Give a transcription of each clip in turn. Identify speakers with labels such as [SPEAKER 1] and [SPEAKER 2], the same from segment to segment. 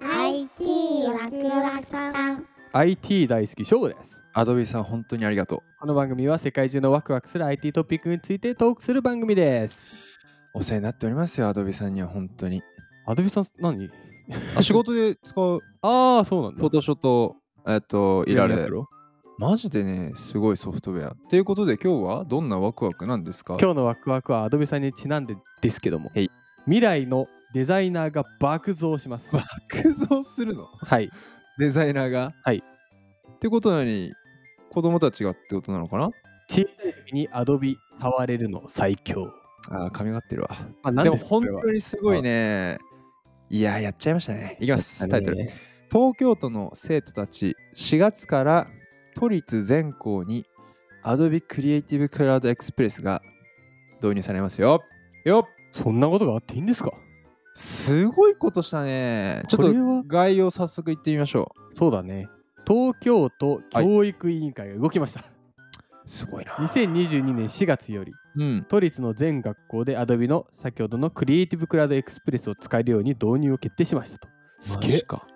[SPEAKER 1] IT ワクワクさん
[SPEAKER 2] IT 大好き翔吾です
[SPEAKER 3] アドビさん本当にありがと
[SPEAKER 2] この番組は世界中のワクワクする IT トピックについてトークする番組です
[SPEAKER 3] うお世話になっておりますよアドビさんには本当に
[SPEAKER 2] アドビさん何
[SPEAKER 3] あ仕事で使う
[SPEAKER 2] ああそうなん
[SPEAKER 3] フォトショーとえっといられ
[SPEAKER 2] 今
[SPEAKER 3] マジでねすごいソフトウェアっていうことで今日はどんなワクワクなんですか
[SPEAKER 2] 日のワクワクはアドビさんにちなんでですけども、
[SPEAKER 3] はい
[SPEAKER 2] 未来のデザイナーが爆増し ます
[SPEAKER 3] わ日爆増するの
[SPEAKER 2] はい
[SPEAKER 3] デザイナーが
[SPEAKER 2] はい
[SPEAKER 3] ってことなのに子供たちがってことなのかな
[SPEAKER 2] 小さい時にアドビ触れるの最強
[SPEAKER 3] あー神がってるわ
[SPEAKER 2] あ
[SPEAKER 3] でも本
[SPEAKER 2] こ
[SPEAKER 3] 当にすごいねいややっちゃいましたねいきま
[SPEAKER 2] れは
[SPEAKER 3] すタイトル
[SPEAKER 2] ね
[SPEAKER 3] 東京都の生徒たち4月から都立全校に Adobe Creative Cloud Express が導入されますよ。よっ
[SPEAKER 2] そんなことがあっていいんですか
[SPEAKER 3] すごいことしたね。ちょ
[SPEAKER 2] こ
[SPEAKER 3] っ
[SPEAKER 2] れ
[SPEAKER 3] と
[SPEAKER 2] は
[SPEAKER 3] 概要早速言ってみましょ
[SPEAKER 2] そうだね東京都教育委員会が動きま した、
[SPEAKER 3] う。すごいな
[SPEAKER 2] 2022年4月より
[SPEAKER 3] うん。
[SPEAKER 2] 都立の全学校で Adobe の先ほどのクリエイティブクラウドエクスプレスを使えるように導入を決定しましたと。すげえ
[SPEAKER 3] か。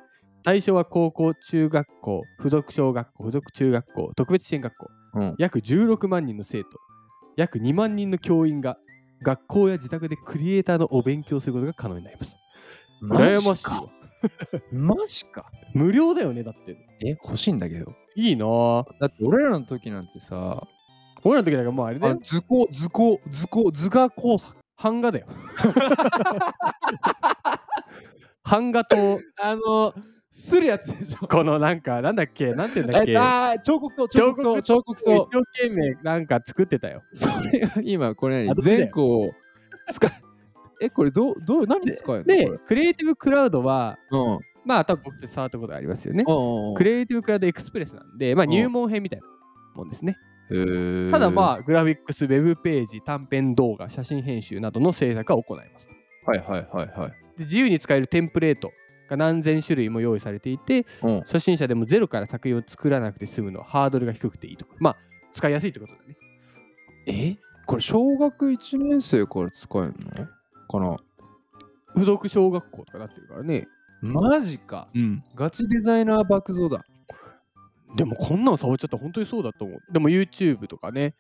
[SPEAKER 2] 対象は高校、中学校、附属小学校、附属中学校、特別支援学校、
[SPEAKER 3] うん。
[SPEAKER 2] 約16万人の生徒、約2万人の教員が学校や自宅でクリエイターのお勉強をすることが可能になります。羨ましいわ。
[SPEAKER 3] マジか。
[SPEAKER 2] 無料だよね、だって。
[SPEAKER 3] え、欲しいんだけど。
[SPEAKER 2] いいなぁ。
[SPEAKER 3] だって俺らの時なんてさ、
[SPEAKER 2] 俺らの時だからもうあれだ
[SPEAKER 3] あ
[SPEAKER 2] よ。
[SPEAKER 3] 図工、図工、図工、図画工作。
[SPEAKER 2] 版画だ よ。版画と、
[SPEAKER 3] あの、するやつでしょ。
[SPEAKER 2] このなんか、なんだっけ、なんて言うんだっけ。
[SPEAKER 3] あー、彫刻刀、
[SPEAKER 2] 彫刻
[SPEAKER 3] 彫
[SPEAKER 2] 刀
[SPEAKER 3] 刻刀、彫刻刀
[SPEAKER 2] 一。生懸命なんか作ってたよ。
[SPEAKER 3] それ が今これ
[SPEAKER 2] あ
[SPEAKER 3] 何
[SPEAKER 2] どうだよ
[SPEAKER 3] 全校を使い えこれどうどう何使えるの
[SPEAKER 2] で
[SPEAKER 3] これ、
[SPEAKER 2] クリエイティブクラウドは、
[SPEAKER 3] うんうん
[SPEAKER 2] まあ、多分僕って触ったことありますよね。
[SPEAKER 3] うんうん
[SPEAKER 2] クリエイティブクラウドエクスプレスなんで、まあ、
[SPEAKER 3] うん
[SPEAKER 2] 入門編みたいなもんですね。
[SPEAKER 3] へー
[SPEAKER 2] ただ、まあ、グラフィックス、ウェブページ、短編動画、写真編集などの制作は行います。
[SPEAKER 3] はいはいはいはい
[SPEAKER 2] で自由に使えるテンプレートが何千種類も用意されていて、
[SPEAKER 3] うん
[SPEAKER 2] 初心者でもゼロから作品を作らなくて済むのはハードルが低くていいとか、まあ、使いやすいってことだね。
[SPEAKER 3] えこれ小学1年生から使えるのか
[SPEAKER 2] 付属小学校とかなってるからね。
[SPEAKER 3] なマジか
[SPEAKER 2] うん。
[SPEAKER 3] ガチデザイナー爆増だ
[SPEAKER 2] でもこんなの触っちゃったら本当にそうだと思う。でも YouTube とかね、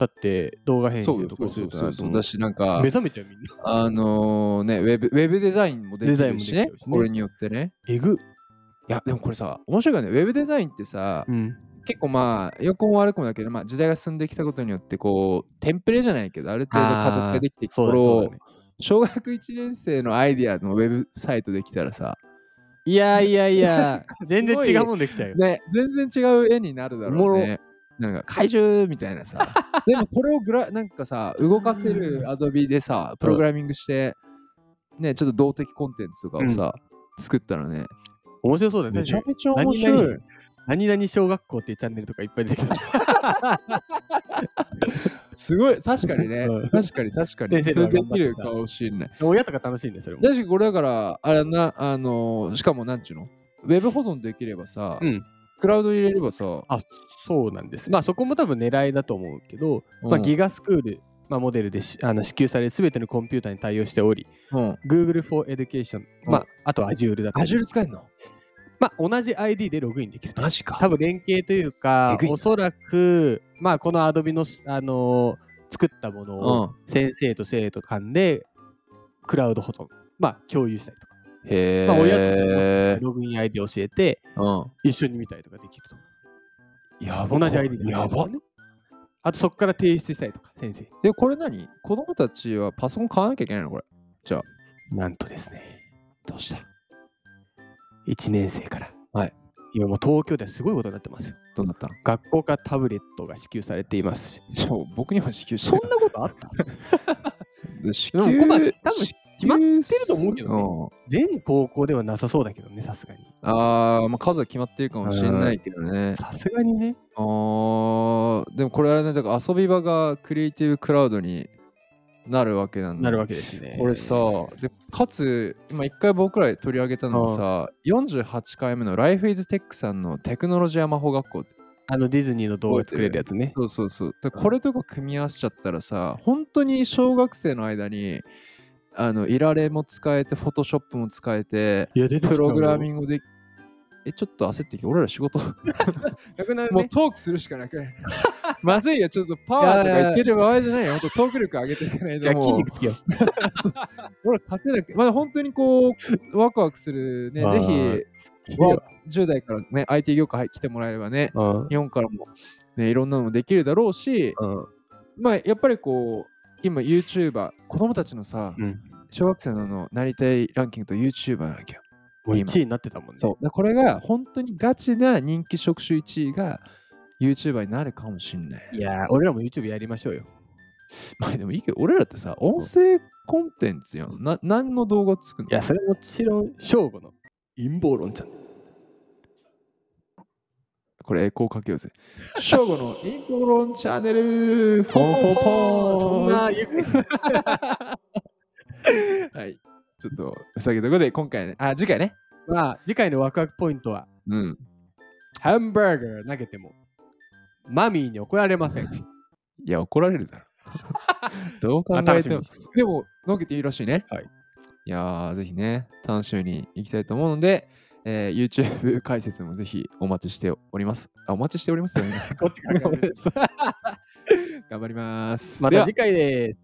[SPEAKER 2] だって動画編
[SPEAKER 3] そう
[SPEAKER 2] 集とかするとなると
[SPEAKER 3] そう
[SPEAKER 2] 思う
[SPEAKER 3] だしなんか
[SPEAKER 2] 目覚めちゃうみんな。
[SPEAKER 3] あのねウェブウェブデザインもできる
[SPEAKER 2] デ
[SPEAKER 3] し
[SPEAKER 2] ザインもで
[SPEAKER 3] ね
[SPEAKER 2] きるしね
[SPEAKER 3] これによってね
[SPEAKER 2] えぐ。
[SPEAKER 3] いやでもこれさ面白いよねウェブデザインってさ
[SPEAKER 2] うん。
[SPEAKER 3] 結構まあ横も悪くもだけど、まあ、時代が進んできたことによってこうテンプレじゃないけどある程度
[SPEAKER 2] あー
[SPEAKER 3] 形ができてきた
[SPEAKER 2] そうだ
[SPEAKER 3] 頃、
[SPEAKER 2] そうだね。
[SPEAKER 3] 小学1年生のアイディアのウェブサイトできたらさ、
[SPEAKER 2] いやいやい や、全然
[SPEAKER 3] すごい
[SPEAKER 2] 違うもんできちゃうよ。
[SPEAKER 3] ね、全然違う絵になるだろうね。なんか怪獣みたいなさ でもそれをグラなんかさ動かせるアドビでさプログラミングして、ねちょっと動的コンテンツとかをさ、作ったらね
[SPEAKER 2] 面白そうだよね。
[SPEAKER 3] めちゃめちゃ面
[SPEAKER 2] 何
[SPEAKER 3] 白い
[SPEAKER 2] 々何々小学校っていうチャンネルとかいっぱい 出てきた。
[SPEAKER 3] すごい確かにね、
[SPEAKER 2] うん
[SPEAKER 3] 確かに確かに
[SPEAKER 2] 先生
[SPEAKER 3] そ
[SPEAKER 2] の
[SPEAKER 3] れ
[SPEAKER 2] 方が頑張ってさ
[SPEAKER 3] できるかもしれない
[SPEAKER 2] 親とか楽しいんですよ。それも
[SPEAKER 3] 確かにこれだから、あれな、あのーしかもなんちゅうのウェブ保存できればさ、
[SPEAKER 2] うん
[SPEAKER 3] クラウド入れればさ、
[SPEAKER 2] あ、そうなんです。まあそこも多分狙いだと思うけど、まあ、
[SPEAKER 3] うん
[SPEAKER 2] ギガスクール、まあ、モデルでしあの支給される全てのコンピューターに対応しており、
[SPEAKER 3] うん、
[SPEAKER 2] Google for Education、
[SPEAKER 3] うん
[SPEAKER 2] まあ、あと Azure だったり
[SPEAKER 3] Azure 使えるの
[SPEAKER 2] まあ、同じ ID でログインできると。
[SPEAKER 3] ジか
[SPEAKER 2] 多分連携というか
[SPEAKER 3] えぐい、な
[SPEAKER 2] おそらく、まあ、この Adobe の、あのー作ったものを先生と生徒間でクラウド保存、まあ、共有したりとか、
[SPEAKER 3] へぇ、
[SPEAKER 2] まあ、親
[SPEAKER 3] ー
[SPEAKER 2] とログイン ID 教えて、一緒に見たりとかできると。
[SPEAKER 3] やば
[SPEAKER 2] 同じ ID で、
[SPEAKER 3] やば。
[SPEAKER 2] あと、そこから提出したりとか、先生。
[SPEAKER 3] で、これ何子供たちはパソコン買わなきゃいけないのこれ。
[SPEAKER 2] なんとですね、
[SPEAKER 3] どうした
[SPEAKER 2] 1年生から。
[SPEAKER 3] はい
[SPEAKER 2] 今もう東京ではすごいことになってますよ。
[SPEAKER 3] どうなったの
[SPEAKER 2] 学校からタブレットが支給されていますし。
[SPEAKER 3] ちょ僕にも支給し
[SPEAKER 2] そ
[SPEAKER 3] て
[SPEAKER 2] んなことあった
[SPEAKER 3] る。支
[SPEAKER 2] でも小町多分決ま
[SPEAKER 3] って
[SPEAKER 2] ると思うけどね全高校ではなさそうだけどね、さすがに。
[SPEAKER 3] あー、まあ、数は決まってるかもしれないけどね。
[SPEAKER 2] さすがにね。
[SPEAKER 3] あーでもこれあれね、だから遊び場がクリエイティブクラウドになるわけなんだ。
[SPEAKER 2] なるわけですね。
[SPEAKER 3] これさ、でかつ、今一回僕ら取り上げたのがさ、48回目の Life is Tech さんのテクノロジー魔法学校って。
[SPEAKER 2] あのディズニーの動画作れるやつね。
[SPEAKER 3] そうそうそう。だからこれとか組み合わせちゃったらさ、本当に小学生の間にあのいられも使えて、フォトショップも使えて、
[SPEAKER 2] いや、出
[SPEAKER 3] プログラミ
[SPEAKER 2] ン
[SPEAKER 3] ングで、え、ちょっと焦ってきて、俺ら仕事、
[SPEAKER 2] グ。なくなる
[SPEAKER 3] も
[SPEAKER 2] ね
[SPEAKER 3] う。トークするしかなくない まずいよ、ちょっとパワーとか言ってる場合じゃないよ、本当トーク力上げていかない
[SPEAKER 2] じゃ
[SPEAKER 3] と
[SPEAKER 2] あ筋
[SPEAKER 3] もう、
[SPEAKER 2] 肉つけよ
[SPEAKER 3] 俺勝てなくまあ本当にこう、ワクワクするね、
[SPEAKER 2] まあ
[SPEAKER 3] ぜひ、
[SPEAKER 2] そうよ
[SPEAKER 3] 10代からね、IT 業界入ってきてもらえればね、
[SPEAKER 2] う。うん
[SPEAKER 3] 日本からも、ね、いろんなのもできるだろうし、
[SPEAKER 2] うん。
[SPEAKER 3] まあ、やっぱりこう、今 YouTuber、子供たちのさ、
[SPEAKER 2] うん
[SPEAKER 3] 小学生のあのなりたいランキングと YouTuber なわけよ。
[SPEAKER 2] もう1位になってたもんね。
[SPEAKER 3] そう。だからこれが本当にガチな人気職種1位が YouTuber になるかもしんない。
[SPEAKER 2] いやー、俺らも YouTube やりましょうよ。
[SPEAKER 3] まあでもいいけど、俺らってさ、音声コンテンツやん。な何の動画作るの
[SPEAKER 2] いや、それもちろん、正吾の陰謀論ちゃん。
[SPEAKER 3] これエコーかけようぜ。ショーゴのインフォロンチャンネル
[SPEAKER 2] ポンポンポンそんな
[SPEAKER 3] ゆっくり。はい。ちょっと、ふさげとこで今回ね、あ、次回ね。
[SPEAKER 2] まあ、次回のワクワクポイントは、
[SPEAKER 3] うん。
[SPEAKER 2] ハンバーガー投げても、マミーに怒られません。
[SPEAKER 3] いや、怒られる だろ。どう考
[SPEAKER 2] あ
[SPEAKER 3] え
[SPEAKER 2] 楽
[SPEAKER 3] て
[SPEAKER 2] し
[SPEAKER 3] も
[SPEAKER 2] みにして
[SPEAKER 3] でも、投げていいらしいね。
[SPEAKER 2] はい。
[SPEAKER 3] いやー、ぜひね、楽しみに行きたいと思うので、えー YouTube 解説もぜひお待ちしております。あ、お 待ちしておりますよね。
[SPEAKER 2] こっちから考えて
[SPEAKER 3] 頑張ります。
[SPEAKER 2] ま
[SPEAKER 3] で
[SPEAKER 2] た
[SPEAKER 3] は
[SPEAKER 2] 次回です。